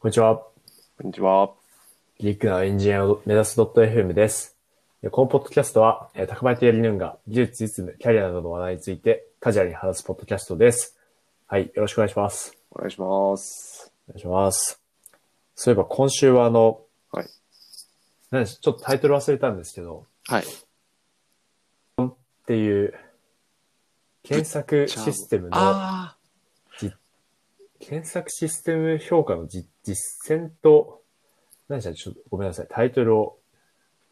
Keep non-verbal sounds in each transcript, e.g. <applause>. こんにちは。こんにちは。ギークなエンジニアを目指す .fm です。えこのポッドキャストは、えー高林や理念が技術、実務、キャリアなどの話題についてカジュアルに話すポッドキャストです。はい、よろしくお願いします。お願いします。お願いします。そういえば今週はあの、はい。何でしちょっとタイトル忘れたんですけど、はい。っていう、検索システムの、あ検索システム評価の実実践と、何でしたっけちょっとごめんなさい。タイトルを、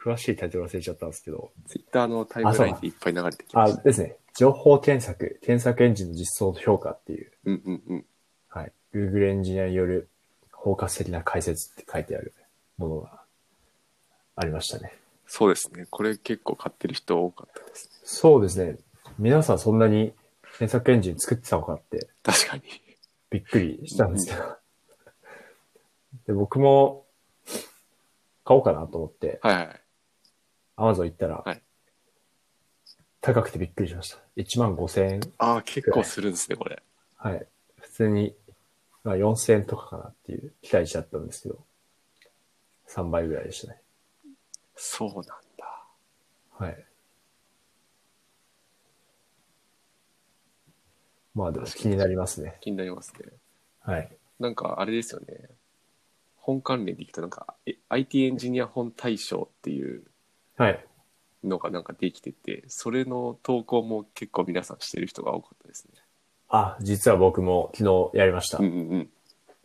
詳しいタイトル忘れちゃったんですけど、あ、ツイッターのタイムラインでいっぱい流れてきまあ、した。ですね。情報検索、検索エンジンの実装と評価っていう、うんうんうん。はい。Google エンジニアによる包括的な解説って書いてあるものがありましたね。そうですね。これ結構買ってる人多かったですね。そうですね。皆さんそんなに検索エンジン作ってたのかって確かに。びっくりしたんですけど。で僕も買おうかなと思って、はいはい。 Amazon 行ったら、はい高くてびっくりしました。1万5千円。ああ、結構するんですね、これ。はい。普通に、まあ、4000円とかかなっていう期待しちゃったんですけど、3倍ぐらいでしたね。そうなんだ。はい。まあでも気になりますね。気になりますね。はい。なんかあれですよね。本関連でいくと、なんか、え IT エンジニア本大賞っていうはい。のがなんかできてて、それの投稿も結構皆さんしてる人が多かったですね。あ、実は僕も昨日やりました。うんうんうん。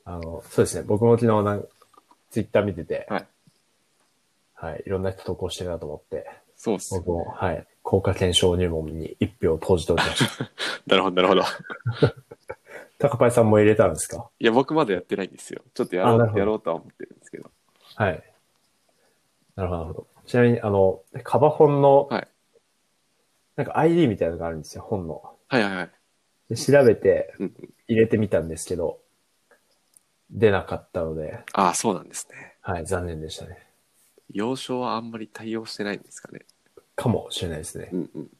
あの、そうですね。僕も昨日なん、ツイッター見てて、はい。はい。いろんな人投稿してるなと思って、そうっすよね僕も、はい。効果検証入門に一票を投じておりました。なるほど、なるほど。 <laughs> 高パイさんも入れたんですかいや、僕まだやってないんですよ。ちょっとやあろなるほう、どやろうとは思ってるんですけど。はい。なるほど、なるほど。ちなみに、あの、カバ本の、はいなんか ID みたいなのがあるんですよ、本の。はいはいはい。で調べてうん、入れてみたんですけど、出なかったので、ああ、そうなんですね。はい、残念でしたね。要所はあんまり対応してないんですかね。かもしれないですねう。んうん。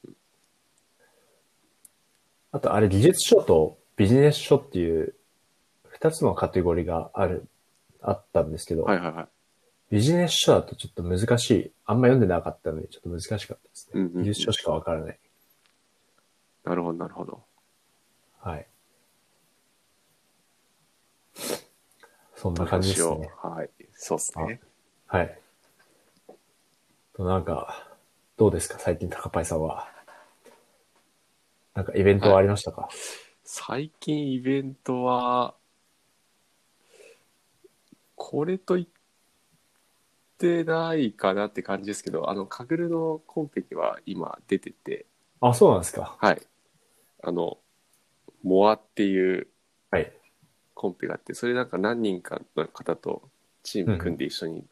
あと、あれ、技術書とビジネス書っていう、二つのカテゴリーがある、あったんですけど、はいはいはい。ビジネス書だとちょっと難しい。あんま読んでなかったので、ちょっと難しかったですうんね。うんうん技術書しかわからない。なるほど、なるほど。はい。そんな感じですどうしねよ。うはい。そうですね。はい。と、なんか、どうですか最近、高パイさんは。なんかイベントはありましたか、最近イベントは、これと言ってないかなって感じですけど、あの、カグルのコンペには今出てて、あ、そうなんですかはい。あの、モアっていうはい。コンペがあってそれなんか何人かの方とチーム組んで一緒に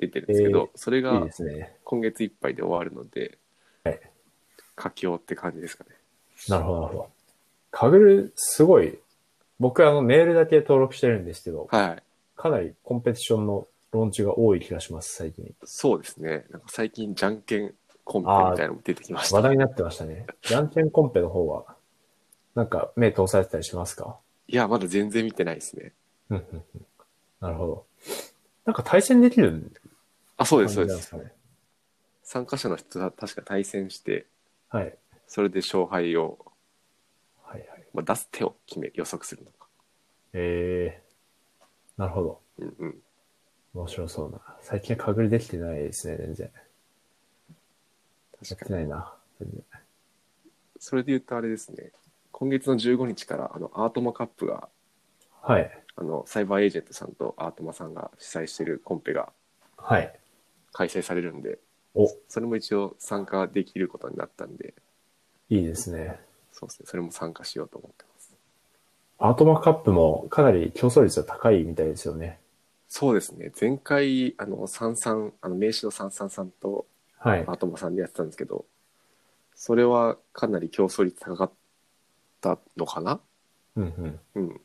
出てるんですけうど、んえそれいいがですね。今月いっぱいで終わるので、はい佳境って感じですかねなるほど、なるほど。かぐる、すごい。僕、あの、メールだけ登録してるんですけど、はいかなりコンペティションの論知が多い気がします、最近。そうですねなんか最近じゃんけんコンペみたいなのも出てきました話題になってましたね。じゃんけんコンペの方は、なんか目通されてたりしますかいやまだ全然見てないですねうんうん <laughs> うんなるほど。なんか対戦できるあそう感ですじなそうんでですすかね。参加者の人は確か対戦してはい。はいそれで勝敗を、はい。まあ、出す手を決め予測するのかえー、なるほど。うんうん面白そうな。最近かぐりできてないですね、全然。やっ確かてにないな。全然それで言うとあれですね今月の15日からあのアートマカップがはい。あのサイバーエージェントさんとアートマさんが主催しているコンペがはい。開催されるんでお、それも一応参加できることになったんでいいですね。そうですねそれも参加しようと思ってますアートマカップもかなり競争率が高いみたいですよね。そうですね前回あの三三あの名刺の三三さんとはいア。ートマさんでやってたんですけどそれはかなり競争率高かったのかなうんうん。うん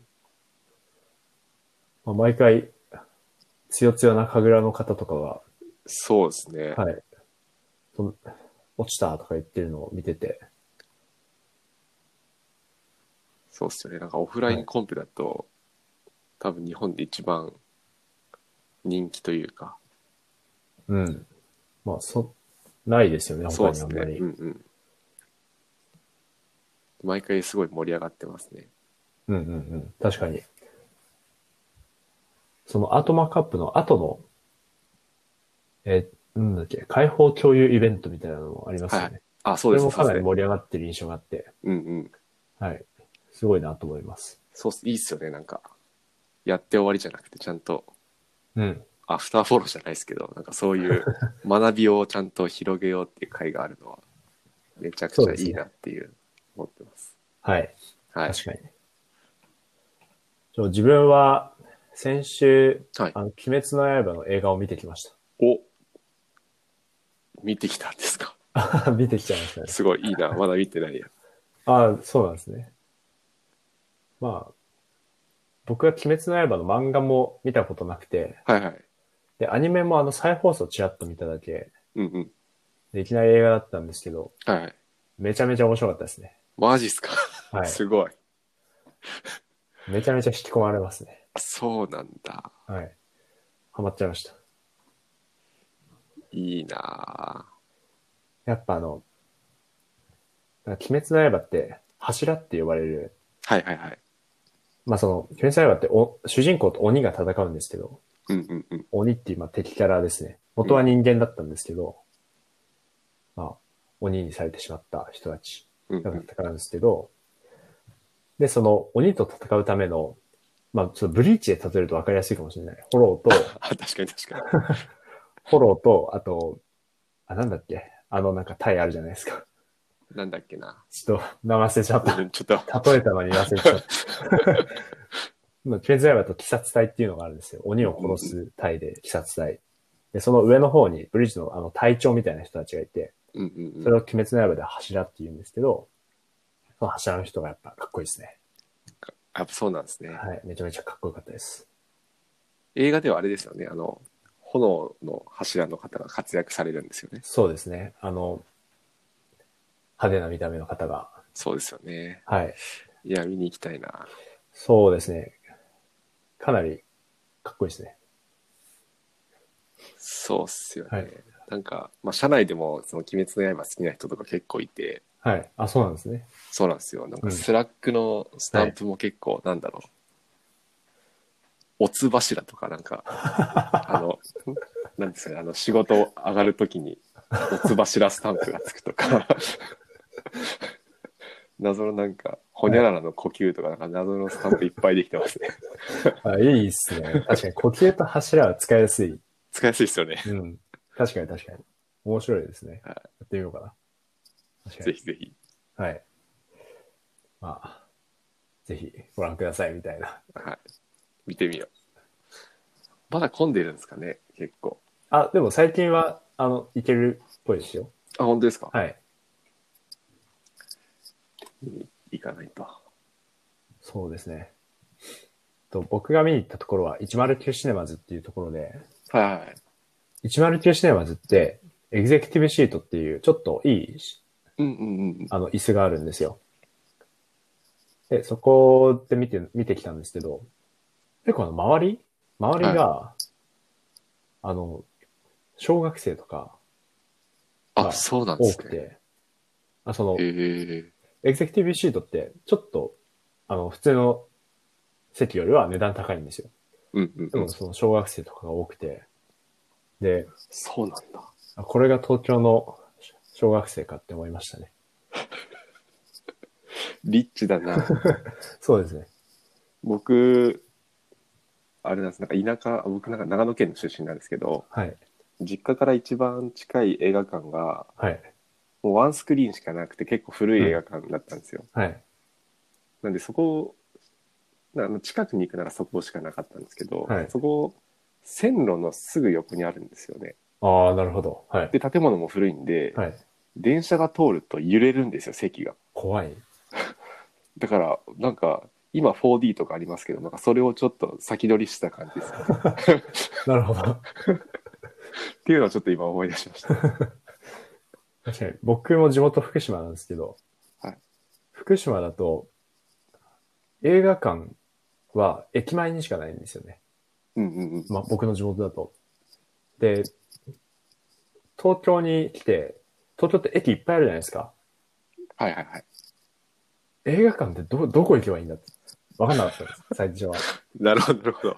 まあ、毎回、つよつよなかぐらの方とかは、そうですね、はい。そ落ちたとか言ってるのを見てて、そうっすよねなんかオフラインコンペだと、多分日本で一番人気というか、うん。まあ、そ、ないですよね、そ他うでにすあんね。まり。うんうん。毎回すごい盛り上がってますね。うんうんうん。確かに。そのアトマカップの後の、えー、なんだっけ、開放共有イベントみたいなのもありますよね。はあ、そうですこれもかなりそう盛り上がってる印象があって、ですね。うんうん。はい。すごいなと思います。そうっす、いいっすよね、なんか。やって終わりじゃなくて、ちゃんと、うん。アフターフォローじゃないですけど、なんかそういう <laughs> 学びをちゃんと広げようっていう会があるのは、めちゃくちゃいいなっていう、思ってます。はい。はい。確かに。そう自分は、先週、はいあ。の、鬼滅の刃の映画を見てきましお見てきたんですか。た。 <laughs> 見てきちゃいましたね。すごいいいな。まだ見てないや。ああ、そうなんですね。まあ、僕は鬼滅の刃の漫画も見たことなくて、はいはい。で、アニメもあの再放送ちらっと見ただけ、うんうん。でいきなり映画だったんですけど、はいはい。めちゃめちゃ面白かったですね。マジっすか。はい。すごい。めちゃめちゃ引き込まれますね。そうなんだ。はい。ハマっちゃいました。いいなやっぱあの、なんか鬼滅の刃って柱って呼ばれる、はいはいはい。まあその、鬼滅の刃ってお主人公と鬼が戦うんですけど、うんうんうん。鬼っていうまあ敵キャラですね。元は人間だったんですけど、まあ、鬼にされてしまった人たちうんうがん、戦うんですけど、で、その鬼と戦うための、まあ、ちょっとブリーチで例えると分かりやすいかもしれない。フォローと、 <laughs> あ <laughs> 確かに確かに。フォローと、あと、あ、なんだっけあの、なんかタイあるじゃないですか。なんだっけな。ちょっと、名前忘れちゃっうんちょっと。た。例えたのに忘れちゃった。 <laughs> まあ鬼滅の刃だと鬼殺隊っていうのがあるんですよ。鬼を殺す隊で鬼殺隊。で、その上の方に、ブリッジのあの隊長みたいな人たちがいて、うんうんそうん。れを鬼滅の刃で柱って言うんですけど、その柱の人がやっぱかっこいいですね。やっぱそうなんですね。はい。めちゃめちゃかっこよかったです。映画ではあれですよね。あの、炎の柱の方が活躍されるんですよね。そうですね。あの、派手な見た目の方が。そうですよね。はい。いや、見に行きたいな。そうですね。かなりかっこいいですね。そうっすよね。はいなんか、まあ、社内でも、その、鬼滅の刃好きな人とか結構いて、はい。あ、そうなんですね。そうなんですよ。なんうか、んスラックのスタンプも結構、なんだろう。おつ柱とか、な <laughs> んか、あの、なんですかね、あの、仕事上がるときに、おつ柱スタンプがつくとか、 <laughs> 謎のなんか、ほにゃららの呼吸とか、なんか謎のスタンプいっぱいできてますね。あいいっすね。確かに呼吸と柱は使いやすい。使いやすいですよね。うん。確かに確かに。面白いですね。はやいってみようかな。確かぜに。ひぜひ。はい。まあ、ぜひご覧くださいみたいな。はい。見てみよう。まだ混んでるんですかね、結構。あ、でも最近は、あの、いけるっぽいですよ。あ、本当ですか、はい。行かないと。そうですね。と僕が見に行ったところは、109シネマズっていうところで、はいはい。 109シネマズって、エグゼクティブシートっていう、ちょっといいし、うんうんうん。あの、椅子があるんですよ。で、そこで見て、見てきたんですけど、結構あの、周り周りが、あの、小学生とかあ、まあそうなんで多すくね。て、あその、へエえグゼクティブシートって、ちょっと、あの、普通の席よりは値段高いんですよ。うんうんでうもん。その小学生とかが多くて、で、そうなんだ。あこれが東京の小学生かって思いましたね。リッチだな。 <laughs> そうですね。僕、あれなんです。なんか田舎、僕なんか長野県の出身なんですけど、はい。実家から一番近い映画館が、はい。もうワンスクリーンしかなくて結構古い映画館だったんですよ。はい。なんでそこ、なあの近くに行くならそこしかなかったんですけど、はいそこ、線路のすぐ横にあるんですよね。ああ、なるほど。はい。で、建物も古いんで、はい。電車が通ると揺れるんですよ、席が。怖い。だから、なんか、今 4D とかありますけど、なんかそれをちょっと先取りした感じです <laughs> ね。なるほど。っていうのをちょっと今思い出しま <laughs> した。確かに。僕も地元福島なんですけど、はい福島だと、映画館は駅前にしかないんですよね。うんうんうん。まあ、僕の地元だと。で、東京に来て、東京って駅いっぱいあるじゃないですか。はいはいはい。映画館ってど、どこ行けばいいんだって。わかんなかったんです、最初は。なるほど、なるほど。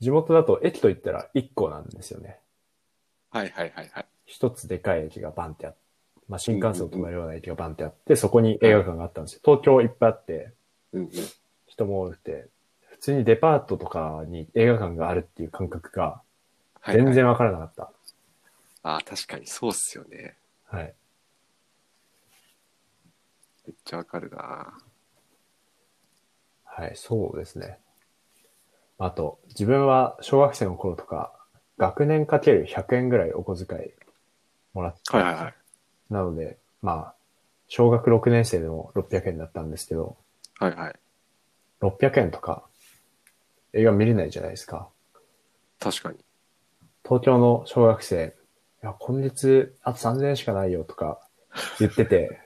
地元だと駅と言ったら1個なんですよね。はいはいはいはい。一つでかい駅がバンってあって、まあ、新幹線を止めるような駅がバンってあって、そこに映画館があったんですよ。東京いっぱいあって、うんうん。人も多くて、普通にデパートとかに映画館があるっていう感覚がはい、はい。全然わからなかった。ああ、確かにそうっすよね。はい。めっちゃわかるな。はい、そうですね。あと、自分は小学生の頃とか、学年かける100円ぐらいお小遣いもらって、はいはいはい。なので、まあ、小学6年生でも600円だったんですけど、はいはい。 600円とか、映画見れないじゃないですか。確かに。東京の小学生、いや、今月、あと3000円しかないよとか言ってて、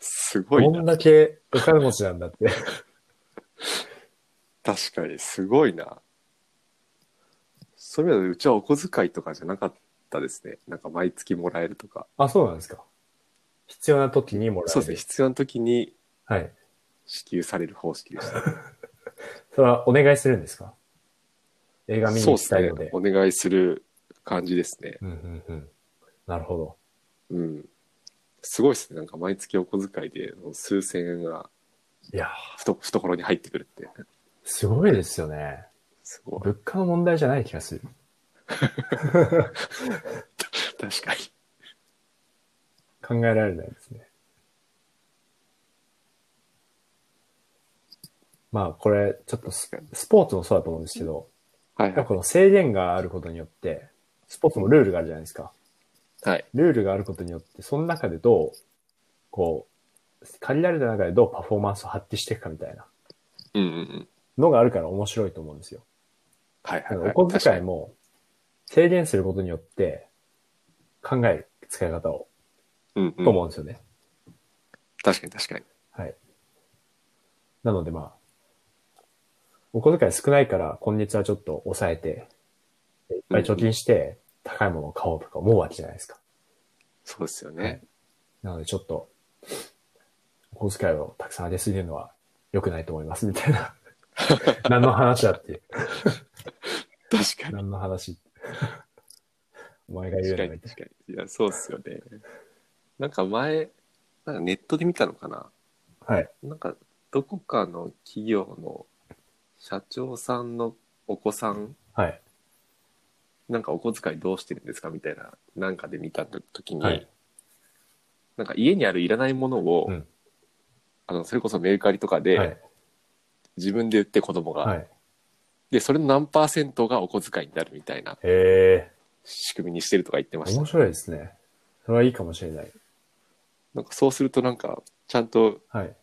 すごいこな。んだけお金持ちなんだ <laughs> って。確かに、すごいな。そういう意味ではうちはお小遣いとかじゃなかったですね。なんか毎月もらえるとか。あ、そうなんですか。必要な時にもらえる。そうですね。必要な時にはい。支給される方式でした。それはお願いするんですか映画見にそう行できすたいねので。。お願いする感じですね。うんうんうん。なるほど。うん。すごいですね。なんか毎月お小遣いで数千円がいやー、懐懐に入ってくるって。すごいですよね。すごい。物価の問題じゃない気がする。確かに。考えられないですね。まあ、これ、ちょっとススポーツもそうだと思うんですけど、はいやっぱはこの制限があることによって、スポーツもルールがあるじゃないですか。い。はい。ルールがあることによって、その中でどう、こう、限られた中でどうパフォーマンスを発揮していくかみたいなうんうんうん。のがあるから面白いと思うんですよ。はいは、ないんはかい。お小遣いい。も制限することによって考える使い方を、うんうとん。思うんですよね。確かに確かに。はい。なのでまあ、お小遣い少ないから今月はちょっと抑えて、いっぱい貯金して高いものを買おうとか思うわけじゃないですか。そうですよね。はいなのでちょっと、お小遣いをたくさんあげすぎるのは良くないと思います、みたい <laughs> な。何の話だっていう。確かに。何の話。お前が言うの確かがいにい確かに。いや、そうっすよね。なんか前、なんかネットで見たのかなはい。なんか、どこかの企業の社長さんのお子さん、はい。なんかお小遣いどうしてるんですかみたいな、なんかで見たときに、はいなんか家にあるいらないものを、うんあの、それこそメルカリとかで、はい。自分で売って子供が、はい。で、それの何パーセントがお小遣いになるみたいなへ仕組みにしてるとか言ってまえ、した面。白いですね。それはいいかもしれない。なんかそうするとなんか、ちゃんと、はい。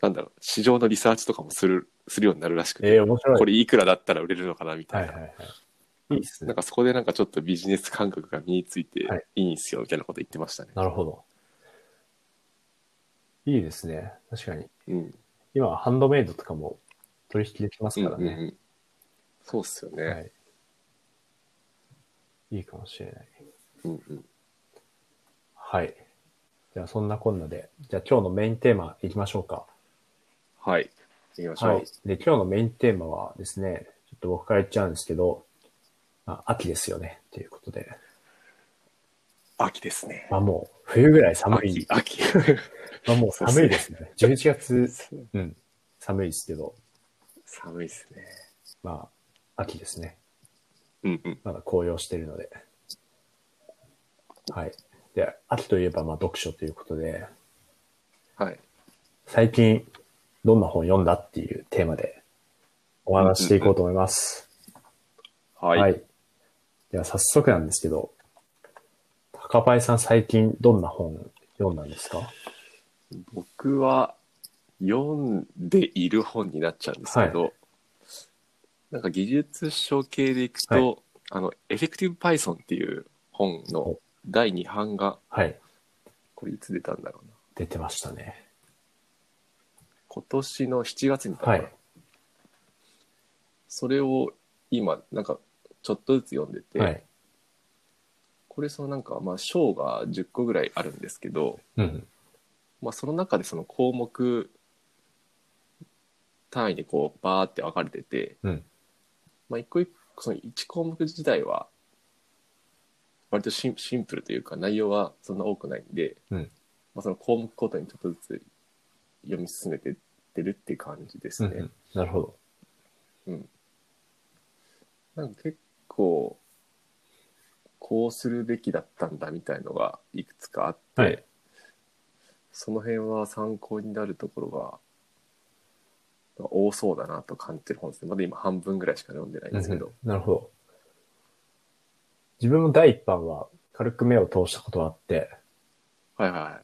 なんだろう、市場のリサーチとかもする、するようになるらしくて、ええ、面白い。これいくらだったら売れるのかなみたはいいな。はいはい。いいですなねん。かそこでなんかちょっとビジネス感覚が身についてはいいいんすよみたいなこと言ってましたね。なるほど。いいですね。確かに。うん。今はハンドメイドとかも取引できますからうんうんね。うんそうっすよね。はい。いいかもしれない。うんうん。はい。じゃあそんなこんなで、じゃあ今日のメインテーマいきましょうか。はい。行きましょう。はい。で、今日のメインテーマはですね、ちょっと僕から言っちゃうんですけど、まあ、秋ですよね、ということで。秋ですね。まあもう、冬ぐらい寒秋い、。秋。まあもう寒いですね。11月、うん、寒いですけど、 <laughs> 寒いっすね。まあ、秋ですね。うんうん。まだ紅葉しているので。はい。で、秋といえば、まあ読書ということで、はい。最近、どんな本読んだっていうテーマでお話ししていこうと思います。はい。はい。では早速なんですけど、高林さん最近どんな本読んだんですか僕は読んでいる本になっちゃうんですけど、なんか技術書系でいくと、はあの、エフェクティブ Python っていう本のお第2版が、はい。これいつ出たんだろうな。出てましたね。今年の7月に出たかはな、い。それを今、なんか、ちょっとずつ読んでて、はい。これそのなんか、まあ、章が10個ぐらいあるんですけど、うん。まあ、その中でその項目単位でこうバーって分かれてて、うんまあ、一個一個その1項目自体は割とシンシンプルというか内容はそんな多くないんで、うんまあ、その項目ごとにちょっとずつ読み進めてってるっていう感じですうんね。うん。なるほど。なんか結構こうするべきだったんだみたいのがいくつかあって、はいその辺は参考になるところが多そうだなと感じてる本ですねまだ今半分ぐらいしか読んでないんですけど、うんうんなるほど。自分も第一版は軽く目を通したことはあって、はいはいは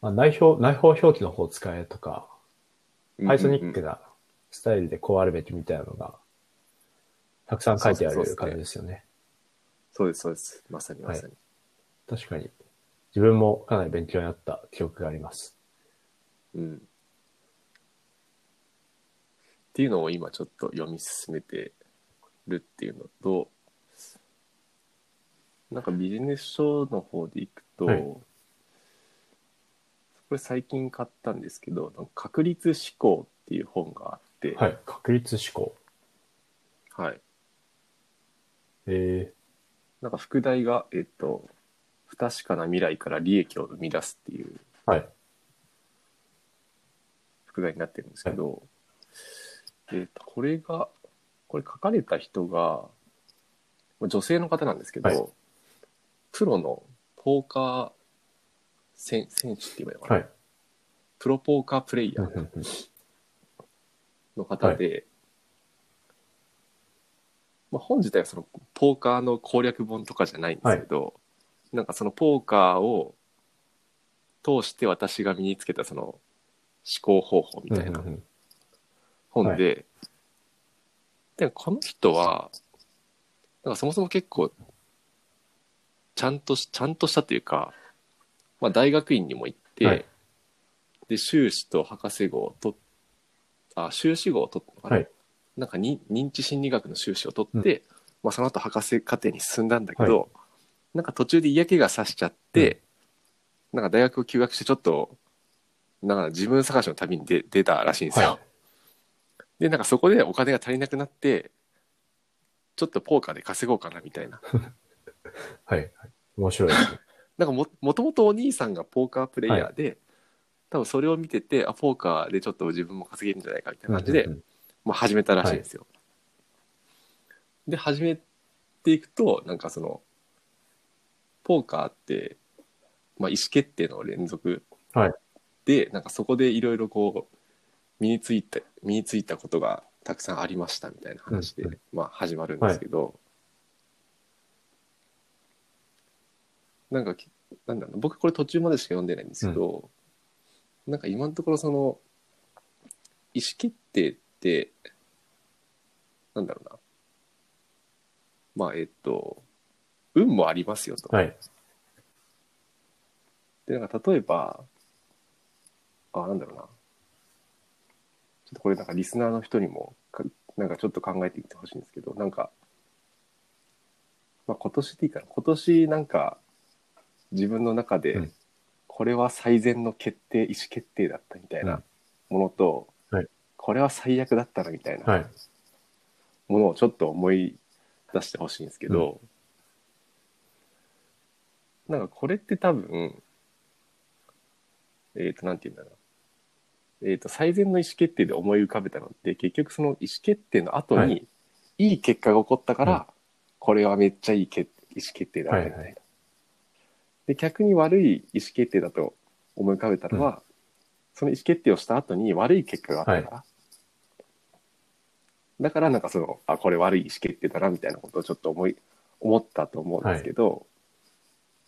まあ、内表、内包表記の方を使えとか、いパイソニックだなスタイルでこうあるべきみたいなのが、たくさん書いてあそうそるうそうそう感じですよね。そうですそうですまさにまさに、確かに。自分もかなり勉強になった記憶があります。うんっていうのを今ちょっと読み進めてるっていうのとなんかビジネス書の方でいくと、はいこれ最近買ったんですけど「確率思考」っていう本があって、はい。確率思考。はいえなんか副題が、えっと「不確かな未来から利益を生み出す」っていうー、はい。副題になってるんですけど、えーとこれがこれ書かれた人がまあ女性の方なんですけど、はいプロのポーカー選選手って言えばいいのかな、はい。プロポーカープレイヤうんーうんうんの方で、まあ、本自体はそのポーカーの攻略本とかじゃないんですけど、なんかそのポーカーを通して私が身につけたその思考方法みたいなうんうんうん本で、でこの人はなんかそもそも結構ちゃんとしちゃんとしたというか、まあ、大学院にも行って、はいで修士と博士号を取っあ修士号を取ったのかな,、はいなんかに認知心理学の修士を取って、まあ、その後博士課程に進んだんだけど、なんか途中で嫌気がさしちゃって、なんか大学を休学してちょっとなんか自分探しの旅に出出たらしいんですよ。はで、なんかそこでお金が足りなくなって、ちょっとポーカーで稼ごうかなみたいな。い。はい。面 <laughs> 白いですね。なんかも、もともとお兄さんがポーカープレイヤーで、多分それを見てて、あ、ポーカーでちょっと自分も稼げるんじゃないかみたいな感じで、うんうんうんまあ始めたらしいんですよ。で、始めていくと、なんかその、ポーカーって、まあ意思決定の連続はいで、なんかそこでいろいろこう、身についた、身についたことがたくさんありましたみたいな話で、うんうまあ始まるんですけど、なんかき、なんだろうな、僕これ途中までしか読んでないんですけど、なんか今のところその、意思決定って、なんだろうな。まあ、えっと、運もありますよと。はい。で、なんか例えば、あ、なんだろうな。ちょっとこれなんかリスナーの人にもか、なんかちょっと考えていってほしいんですけど、なんか、まあ今年でいいかな。今年なんか、自分の中うでん、これは最善の決定、意思決定だったみたいなものはいと、これは最悪だったなみたいな、はい。ものをちょっと思い出してほしいんですけど、なんかこれって多分えっ、となんて言うんだろうえっ、と最善の意思決定で思い浮かべたのって結局その意思決定の後に、、はいい結果が起こったから、うんこれはめっちゃいい決意思決定だったみたいな。はいはいで逆に悪い意思決定だと思い浮かべたのは、その意思決定をした後に悪い結果があったから、だからなんかその、あ、これ悪い意思決定だなみたいなことをちょっと思い、思ったと思うんですけど、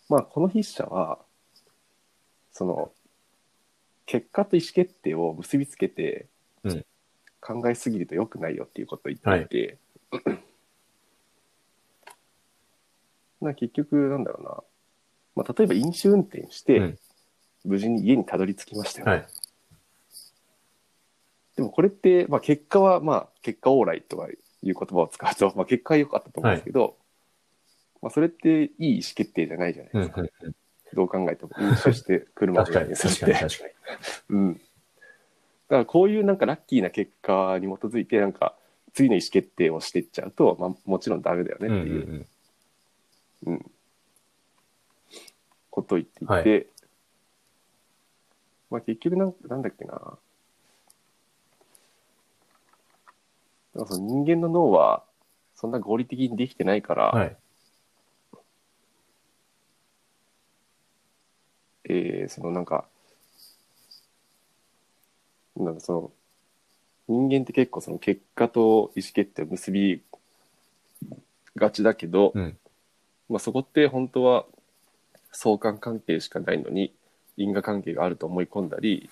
まあこの筆者は、その、結果と意思決定を結びつけてうん、考えすぎると良くないよっていうことを言っていて、 <clears throat> な結局なんだろうな、まあ、例えば飲酒運転して、うん無事に家にたどり着きましたよ、はい。でもこれって、まあ、結果は、まあ、結果往来とかいう言葉を使うと、まあ、結果は良かったと思うんですけど、まあ、それっていい意思決定じゃないじゃないですか。確どう考えても。飲酒して車を運かに、転する確っかに、て。確かに。うん。だからこういうなんかラッキーな結果に基づいて、なんか次の意思決定をしていっちゃうと、まあ、もちろんダメだよねうんうってんいううんうん、ことを言っていて、はいまあ結局なんなんだっけななんかその人間の脳はそんな合理的にできてないから、はい。えーそのなんかなんだその人間って結構その結果と意思決定を結びがちだけど、うん。まあ、そこって本当は相関関係しかないのに因果関係があると思い込んだり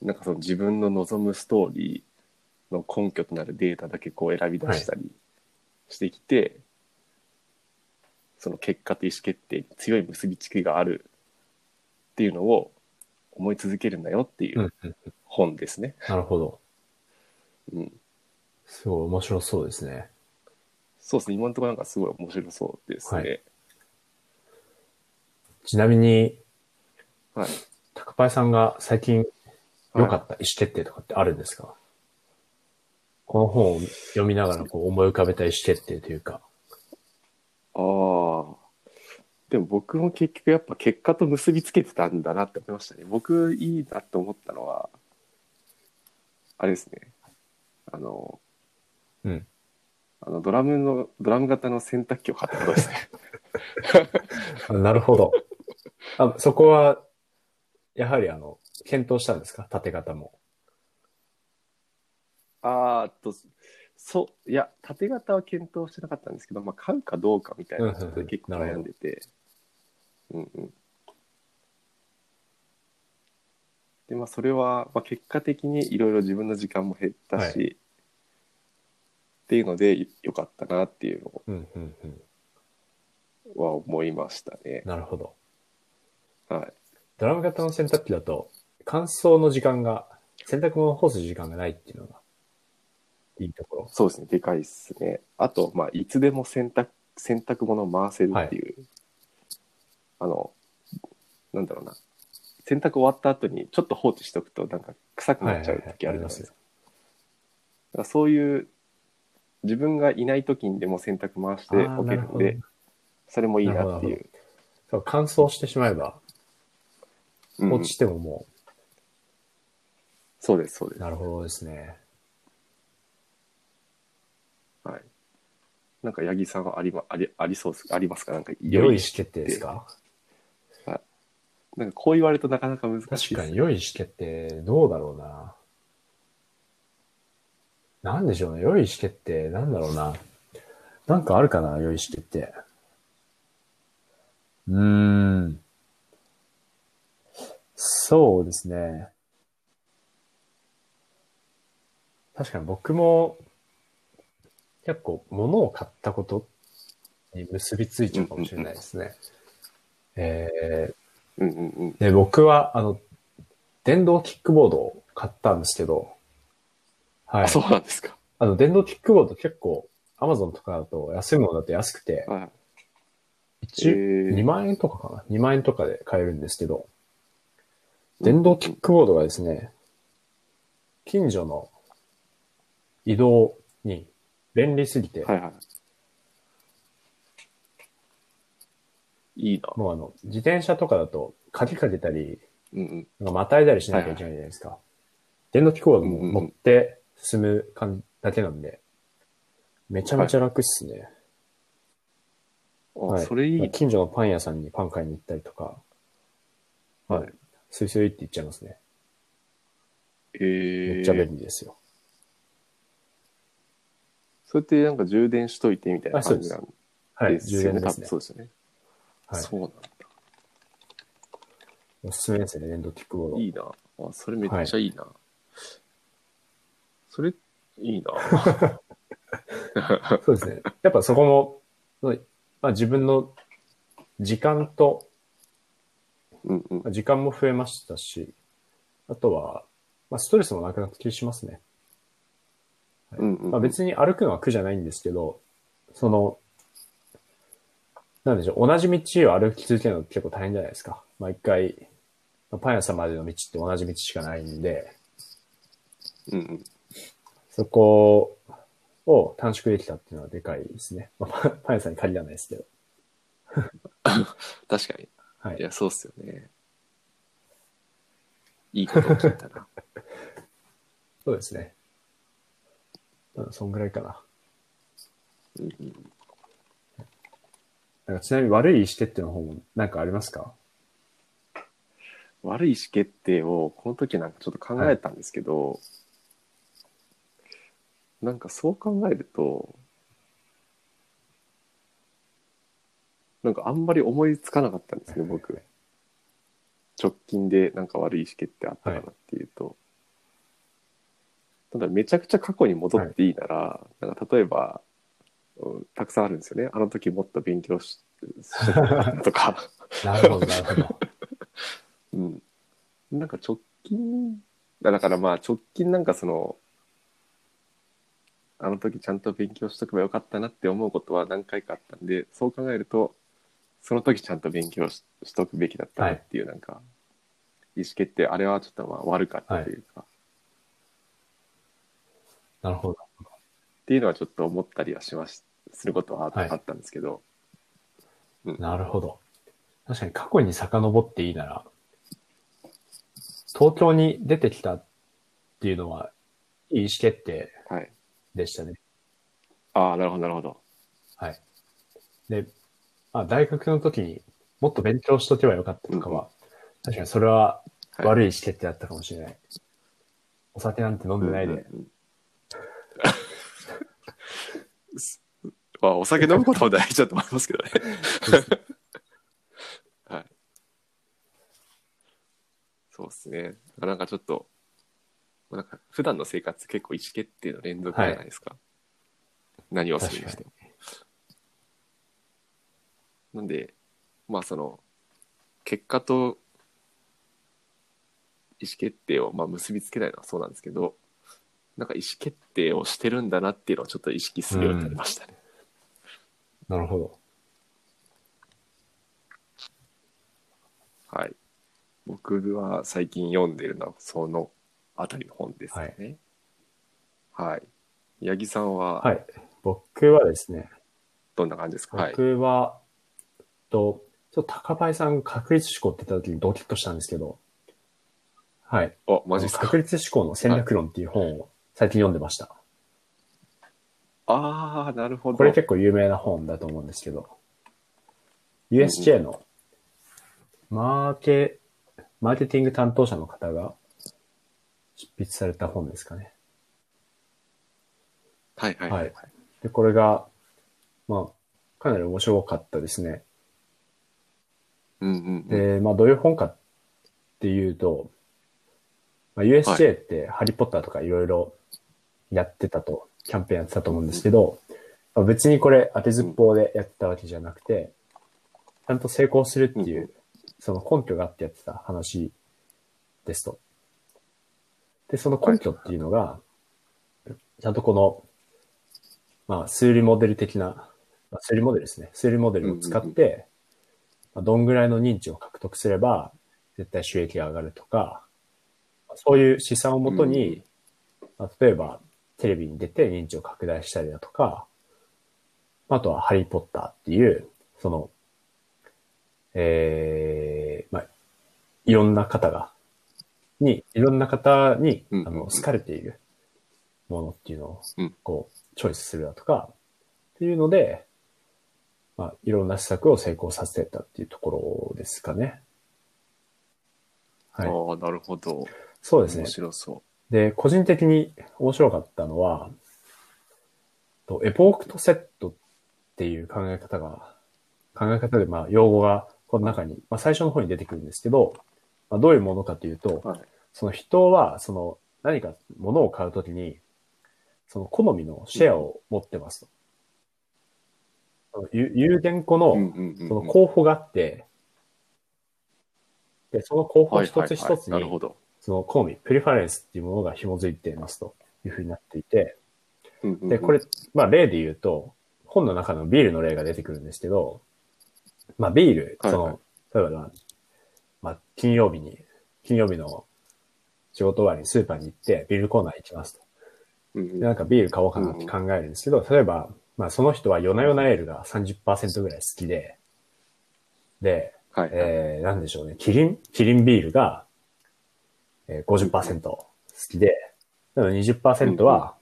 なんかその自分の望むストーリーの根拠となるデータだけこう選び出したりしてきて、その結果と意思決定に強い結びつきがあるっていうのを思い続けるんだよっていううんうん本ですね。なるほど。うん、すごい面白そうですね。そうですね今のところなんかすごい面白そうですね。ちなみに、はいタクパイさんが最近はい良かった意思決定とかってあるんですか、この本を読みながらこう思い浮かべた意思決定というか。ああ。でも僕も結局やっぱ結果と結びつけてたんだなって思いましたね。僕いいなと思ったのは、あれですね。あの、うん。あのドラムの、ドラム型の洗濯機を買ったことですね。あなる <laughs> ほど。あそこは、やはりあの、検討したんですか縦型も。ああと、そう、いや、縦型は検討してなかったんですけど、まあ買うかどうかみたいなちょっと結構うんうんうん悩んでて。うんうん。で、まあそれは、まあ、結果的にいろいろ自分の時間も減ったし、はっていうので良かったなっていううんうんうん。のは思いましたね。なるほど。はい。ドラム型の洗濯機だと、乾燥の時間が、洗濯物を干す時間がないっていうのが、いいところ。そうですね、でかいっすね。あと、まあ、いつでも洗濯、洗濯物を回せるっていう、あの、なんだろうな、洗濯終わった後にちょっと放置しておくと、なんか臭くなっちゃう時あるじゃないですか。だからそういう、自分がいない時にでも洗濯回しておけるんあーなるでほ、それもいいなっていなるう。そう乾燥してしまえば、うん落ちてももそうです、そうでう、す。なるほどですね。はい。なんか、八木さんはあり,、ま、ありありそうですありますかなんか、良い意良思い。決定ですかなんか、こう言われるとなかなか難しいです確かに良い意思決定、どうだろうな。なんでしょうね。良い意思決定、なんだろうな。なんかあるかな、良い意思決定。うーん。そうですね。確かに僕も、結構物を買ったことに結びついちゃうかもしれないですね。えー、うんうんうん。で、僕は、あの、電動キックボードを買ったんですけど、はい。あ、あそうなんですか。の、電動キックボード結構、アマゾンとかだと安いものだと安くて、はい。一えー2万円とかかな ?2 万円とかで買えるんですけど、電動キックボードがですね、近所の移動に便利すぎて、はいはい。いいな。もうあの、自転車とかだと鍵かけたり、うんうん。なんかまたいだりしなきゃいけないじゃないですか。電動キックボードもうんうんうん乗って進む感じだけなんで、めちゃめちゃ楽っすね。あ、はいそれいいな。近所のパン屋さんにパン買いに行ったりとか、はい。スイスイって行っちゃいますね。えめっちゃー、便利ですよ。それってなんか充電しといてみたいな感じなんではい。す充よ電ね。で多す分ねそ。うですよね。はい。そうなんだ。おすすめですね、電動キックボード。いいな。あ、それめっちゃいいな。それ、いいな。 <laughs> そうですね。やっぱそこもその、まあ自分の時間とうんうん。時間も増えましたし、あとは、まあ、ストレスもなくなった気がしますね。うんうんうんまあ、別に歩くのは苦じゃないんですけど、その、なんでしょう、同じ道を歩き続けるのって結構大変じゃないですか。毎回、まあパン屋さんまでの道って同じ道しかないんで、うんうん。そこを短縮できたっていうのはでかいですね。まあ、パ <laughs> ンパン屋さんに限らないですけど。確かに。はいい。や、そうっすよね。いいことを聞いたな。そうですね。うん、そんぐらいかな。うんうんなんかちなみに悪い意思決定の方もなんかあります <laughs> か悪い意思決定をこの時なんかちょっと考えたんですけど、なんかそう考えるとなんかあんまり思いつかなかったんですね僕直近でなんか悪い意思決定あったかなっていうと、ただめちゃくちゃ過去に戻っていいなら、なんか例えばうんたくさんあるんですよねあの時もっと勉強ししとけばよかったと <laughs> か。なるほど、なるほど。うん。なんか直近、だだからまあ直近なんかその、あの時ちゃんと勉強しとけばよかったなって思うことは何回かあったんで、そう考えると、その時ちゃんと勉強ししとくべきだったなっていうなんか、意思決定、あれはちょっとまあ悪かったというか、なるほど。っていうのはちょっと思ったりはしまし、することはあはいあったんですけど、なるほど。確かに過去に遡っていいなら、東京に出てきたっていうのは、いい意思決定はい。でしたね。ああ、なるほど、なるほど。はい。で、まあ、大学の時にもっと勉強しとけばよかったとかは、確かにそれははい悪い意思決定だったかもしれない。お酒なんて飲んでないで、うんうんうんす <laughs> まあ、お酒飲むことも大事だと思いますけ <laughs> どね。はい。そうですね。なんかちょっと、なんか普段の生活結構意思決定の連続じゃないですか。何をするにしても。なんで、まあその、結果と意思決定をまあ結びつけないのはそうなんですけど、なんか意思決定をしてるんだなっていうのをちょっと意識するようになりましたね。なるほど。はい。僕は最近読んでるのはそのあたりの本ですね。はい。八木さんは。はい僕はですね、どんな感じですか、はい、僕は、と、ちょっと高林さんが確率思考って言った時にドキッとしたんですけど、はい。あ、マジっすか確。率思考の戦略論っていう本を最近読んでました。ああ、なるほど。これ結構有名な本だと思うんですけど、USJ のマーケ、マーケティング担当者の方が執筆された本ですかね。はいはいはい。はいで、これが、まあ、かなり面白かったですね。うんうんうん。で、まあ、どういう本かっていうと、まあ、USJ ってハリーポッターとかいろいろやってたと、キャンペーンやってたと思うんですけど、まあ、別にこれ当てずっぽうでやってたわけじゃなくて、ちゃんと成功するっていうう、その根拠があってやってた話ですと。で、その根拠っていうのが、ちゃんとこの、まあ、数理モデル的な、まあ、数理モデルですね。数理モデルを使って、まあ、どんぐらいの認知を獲得すれば、絶対収益が上がるとか、まあそういう試算をもとに、まあ例えば、テレビに出て認知を拡大したりだとか、あとは、ハリー・ポッターっていう、その、ええまあ、いろんな方が、に、いろんな方に、あうんうんうんの、好かれているものっていうのをうん、こう、チョイスするだとか、っていうので、まあ、いろんな施策を成功させてたっていうところですかね。はい。ああ、なるほど。そうですね面。白そで、個人的に面白かったのは、とエポークとセットっていう考え方が、考え方で、まあ、用語がこの中に、まあ、最初の方に出てくるんですけど、まあ、どういうものかというとう。、はい。その人は、その何か物を買うときに、その好みのシェアを持ってますと。その有有限個の、うんうんうんそのうん。候補があって、で、その候補一つ一つなるにほ、ど。そのコーミ、プリファレンスっていうものが紐づいていますというふうになっていて、うんうんうんで、これ、まあ例で言うと、本の中のビールの例が出てくるんですけど、まあビール、そはいの、はい例えばな、まあ金曜日に、金曜日の仕事終わりにスーパーに行ってビールコーナー行きますと。うんうんで、なんかビール買おうかなって考えるんですけど、例えば、まあその人は夜な夜なエールが30%ぐらい好きで、で、はいはいえー、なんでしょうね。キリン、キリンビールが、えー、50%好きで、でも20%は、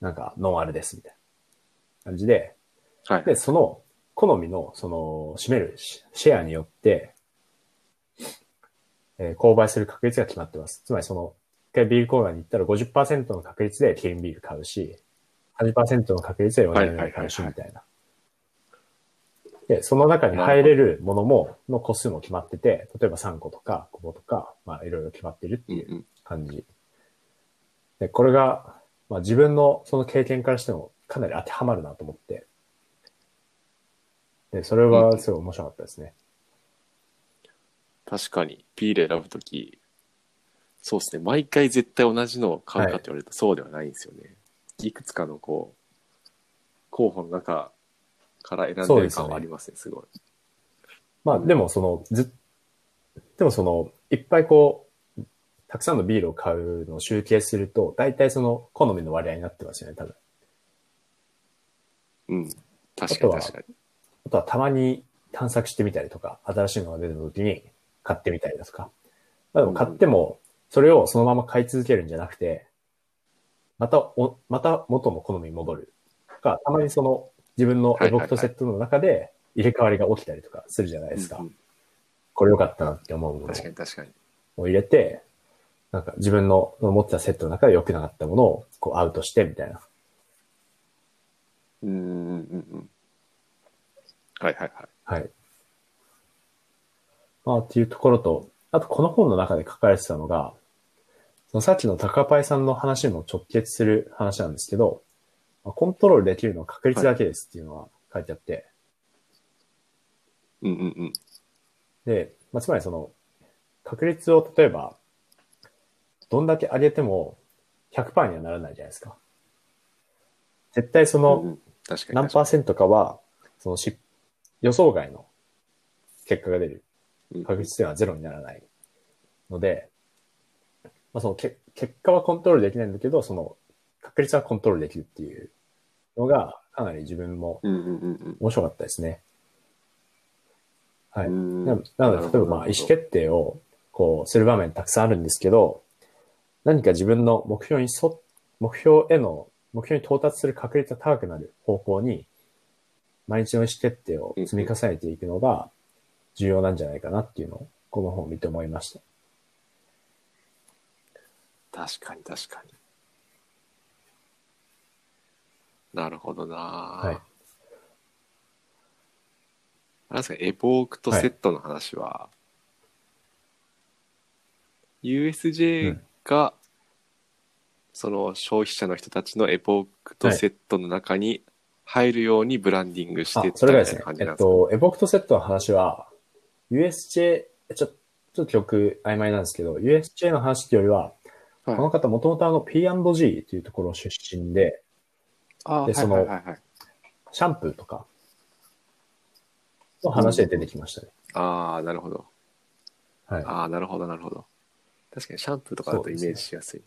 なんか、ノンアルです、みたいな感じで、はいで、その、好みの、その、占めるシシェアによって、えー、購買する確率が決まってます。つまり、その、一回ビールコーナーに行ったら50%の確率でキリンビール買うし、80%の確率では4いは年いはいはい目買うし、みたいな。で、その中に入れるものも、の個数も決まってて、例えば3個とか5個とか、まあ、いろいろ決まってるってうんいううん感じ。で、これが、まあ自分のその経験からしてもかなり当てはまるなと思って。で、それはすごい面白かったですね。確かにビール選ぶときそうですね毎回絶対同じのを買うかって言われるとそうではないんですよね、い、くつかのこう候補の中から選んそうででるすよ感ねはありますねすごいまあでもその、ず、でもその、いっぱいこう、たくさんのビールを買うのを集計すると、大体その好みの割合になってますよね、多分。うん確かにあとは確かにあとはたまに探索してみたりとか、新しいのが出た時に買ってみたりだとか。まあでも買っても、それをそのまま買い続けるんじゃなくて、またお、また元の好みに戻る。とか、たまにその自分のエボクトセットの中で入れ替わりが起きたりとかするじゃないですかうんう。んこれ良かったなって思うもの確かに確かにを入れて、なんか自分の持ってたセットの中で良くなかったものをこうアウトしてみたいな。うんうんうんうんはいはいはいはい。まあ、っていうところと、あとこの本の中で書かれてたのが、そのさっきの高パイさんの話にも直結する話なんですけど、まあコントロールできるのは確率だけですっていうのは書いてあって、うんうんうんで、まあ、つまりその、確率を例えば、どんだけ上げても100%にはならないじゃないですか。絶対その、うんうん確かに何確かパーセントかは、そのし予想外の結果が出るうん確率点はゼロにならないので、まあ、そのけ結果はコントロールできないんだけど、その確率はコントロールできるっていうのが、かなり自分もにうんうんうんうん。面白かったですね。はいうんななので、例えばまあ意思決定をこうする場面たくさんあるんですけど、何か自分の目標にそ、目標への、目標に到達する確率が高くなる方向に、毎日の意思決定を積み重ねていくのが重要なんじゃないかなっていうのを、この本を見て思いました。確かに確かになるほどなはいはあれですかエボークとセットの話は、う USJ んが、その消費者の人たちのエボークとセットの中に入るようにブランディングしてあっ、そたみれがですたいなね感、じえなんっですか、と、エボクトセットの話は、USJ、ちょっと、ちょっと記憶曖昧なんですけど、USJ の話っていうよりは、はいこの方もともとあの P&G というところ出身で、あでーそのはいはいはいはいシャンプーとかの話で出てきましたね。ああなるほどはい。ああなるほどなるほど確かにシャンプーとかだとイメージしやすい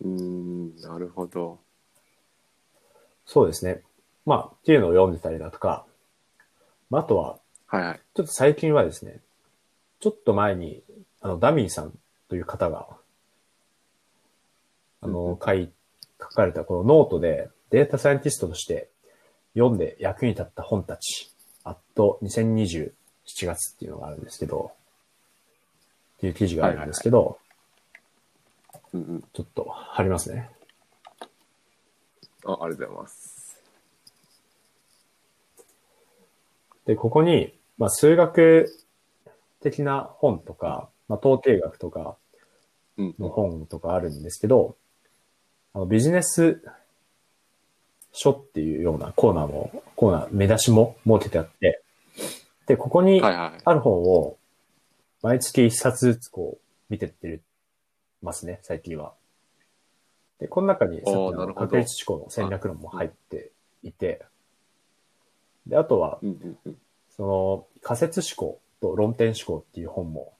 う,、ーんなるほどそうですね。まあ、っていうのを読んでたりだとか、まあ、あとは、はいはいちょっと最近はですね、ちょっと前に、あの、ダミーさんという方が、あうんうのん、書い、書かれたこのノートで、データサイエンティストとして読んで役に立った本たち、あと2027月っていうのがあるんですけど、っていう記事があるんですけど、うんうんちょっと貼りますね。あありがとうございますで、ここに、まあ、数学的な本とか、まあ、統計学とかうんの本とかあるんですけど、あのビジネス書っていうようなコーナーも、コーナー、目出しも設けてあって、で、ここにはいはい。ある本を、毎月一冊ずつこう、見てってる、ますね、最近は。で、この中に、さっきおーなるのほど確率思考の戦略論も入っていて、で、あとは、うんうんうん。その、仮説思考と論点思考っていう本も、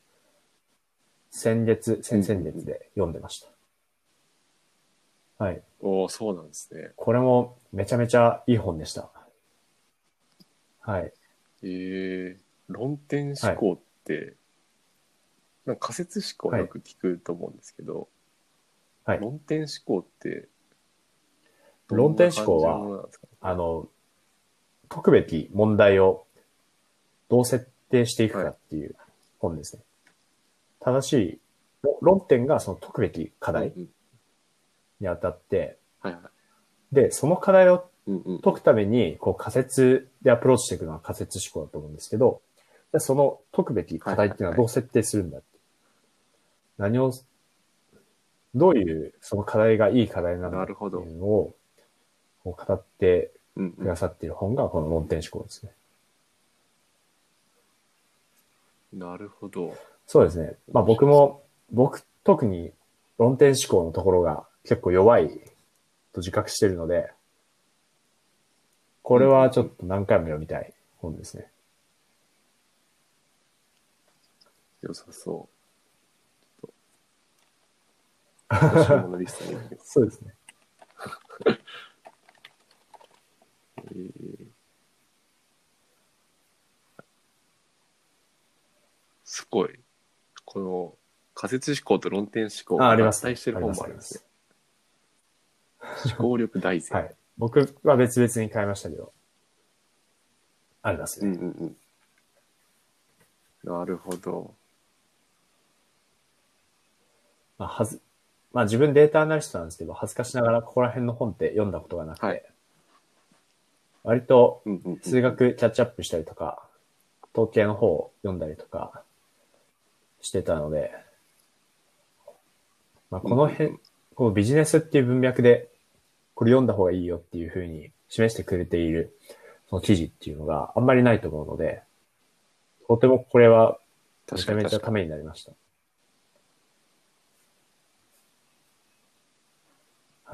先月、先々月で読んでました。はい。おおそうなんですね。これもめちゃめちゃいい本でした。はい。ええ論点思考って、なんか仮説思考よく聞くと思うんですけど、はい論点思考って、論点思考はどんな感じのものなんですかあの、解くべき問題をどう設定していくかっていう本ですね。正しい、ろ論点がその解くべき課題うんうんにあたって、はいはい。で、その課題をうんうん。解くために、こう仮説でアプローチしていくのは仮説思考だと思うんですけど、でその解くべき課題っていうのはどう設定するんだって。何を、どういうその課題がいい課題なのかなってるいほどうのをこう語ってうんくださっている本がこの論点思考ですね。うん、なるほど。そうですね。まあ僕も、僕特に論点思考のところが結構弱いと自覚してるので、これはちょっと何回も読みたい本ですね。良さ <laughs> そう。ちょっと、欲しいものリストに入れてますそうですね。えーすごい。この仮説思考と論点思考ああがり合ます体してる本もありますね。思考力大全。はい。僕は別々に買いましたけど。ありますうね。んうんうん。なるほど。まあ、はず、まあ自分データアナリストなんですけど、恥ずかしながらここら辺の本って読んだことがなくて、はい割とうんうんうん数学キャッチアップしたりとか、統計の方を読んだりとかしてたので、まあこの辺、うんうんこのビジネスっていう文脈で、これ読んだ方がいいよっていうふうに示してくれている、その記事っていうのがあんまりないと思うので、とてもこれはめ確ちゃかめにちゃ確たかめになりました。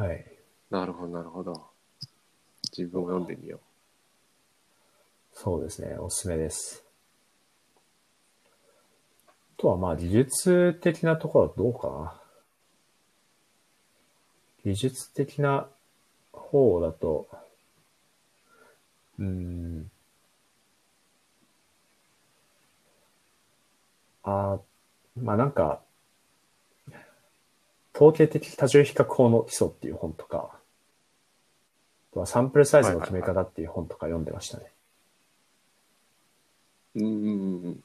はい。に。なるほど、なるほど。自分も読んでみよそうですね。おすすめです。あとはまあ技術的なところはどうかな。技術的な方だと、うーん。あーまあなんか、統計的多重比較法の基礎っていう本とか、あとはサンプルサイズの決め方っていう本とか読んでましたね。う。うんうんうん。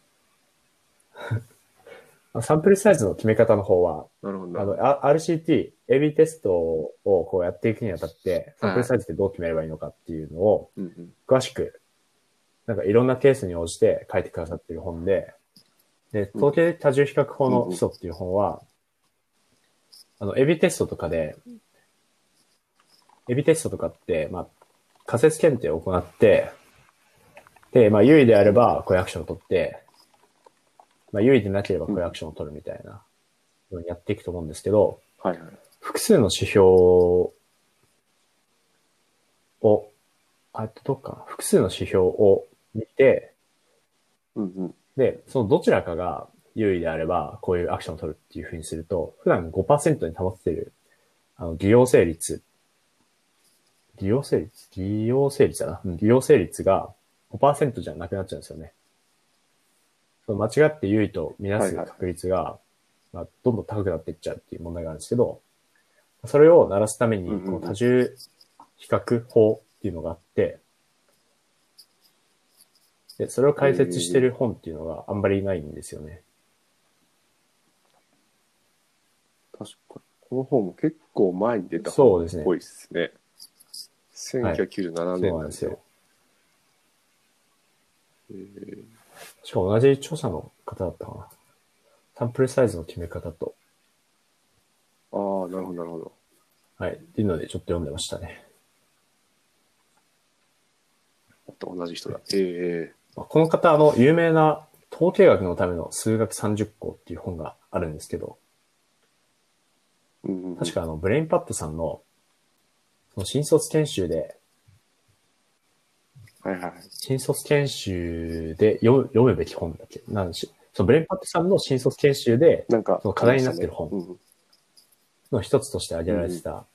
あサンプルサイズの決め方の方は、なるほど、なあるの、ほど。あ RCT、AB テストをこうやっていくにあたって、サンプルサイズってどう決めればいいのかっていうのを、うんうん。詳しく、なんかいろんなケースに応じて書いてくださってる本で、で、統計多重比較法の基礎っていう本は、あの、エビテストとかで、エビテストとかって、まあ、仮説検定を行って、で、まあ、優位であれば、こういうアクションを取って、まあ、優位でなければ、こういうアクションを取るみたいな、うにやっていくと思うんですけど、はいはい。複数の指標を、あ、どっかな、複数の指標を見て、うんうん。で、そのどちらかが優位であれば、こういうアクションを取るっていうふうにすると、普段5%に保っている、あの、利用成率、利用成率利用成率だな。うん利用成率が5%じゃなくなっちゃうんですよね。その間違って優位とみなす確率が、まあ、どんどん高くなっていっちゃうっていう問題があるんですけど、それを鳴らすためにうんうんう、んこう多重比較法っていうのがあって、で、それを解説してる本っていうのがあんまりないんですよね。確かに。この本も結構前に出たそうですねっぽいですね。1997そう年なんですよ。。えーしかも同じ著者の方だったかな。サンプルサイズの決め方と。ああ、なるほど、なるほど。はい。っていうのでちょっと読んでましたね。あと同じ人だ。ええまあこの方、あの、有名な統計学のための数学30項っていう本があるんですけど、うん、確かあの、ブレインパッドさんの、その新卒研修で、はいはい。新卒研修で読む読むべき本だっけなんでしそのブレインパッドさんの新卒研修で、なんか、その課題になってる本うんの一つとして挙げられてた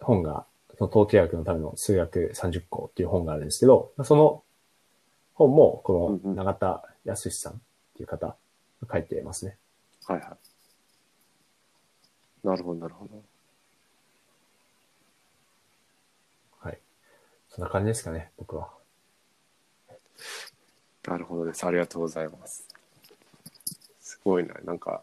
本が、その統計学のための数学30項っていう本があるんですけど、その本も、こうんうのん永田康さんっていう方が書いてますね。はいはい。なるほど、なるほど。はい。そんな感じですかね、僕は。なるほどです。ありがとうございます。すごいな。なんか、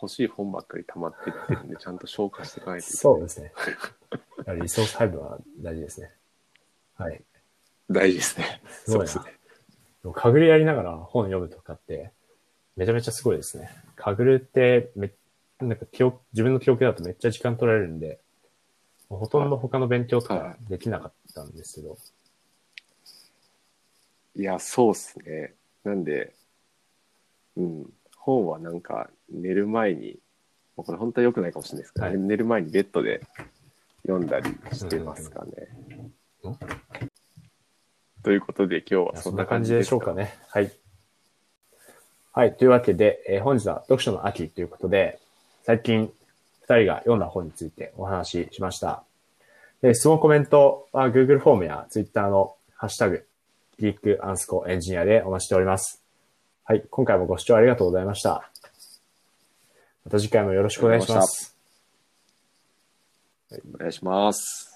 欲しい本ばっかり溜まっていってるんで、ちゃんと消化していかないといけない。そうですね。 <laughs> やはりリソース配分は大事ですね。はい。大事ですね。すごいなそうですね。でもかぐるやりながら本読むとかって、めちゃめちゃすごいですね。かぐるってめ、なんか記憶、自分の記憶だとめっちゃ時間取られるんで、もうほとんど他の勉強とはいはかできなかったんですけど、いや、そうっすね。なんで、うん。本はなんか、寝る前に、もうこれ本当は良くないかもしれないですけど、はい寝る前にベッドで読んだりしてますかね。うんということで、今日いはやそそんんなな感感じじでですしょうかね。はい。はい。というわけで、えー本日は読書の秋ということで、最近2人が読んだ本についてお話ししました。で質問コメントは Google フォームや Twitter のハッシュタグ、ギークアンスコエンジニアでお待ちしております。はい。今回もご視聴ありがとうございました。また次回もよろしくお願いします。お願いします。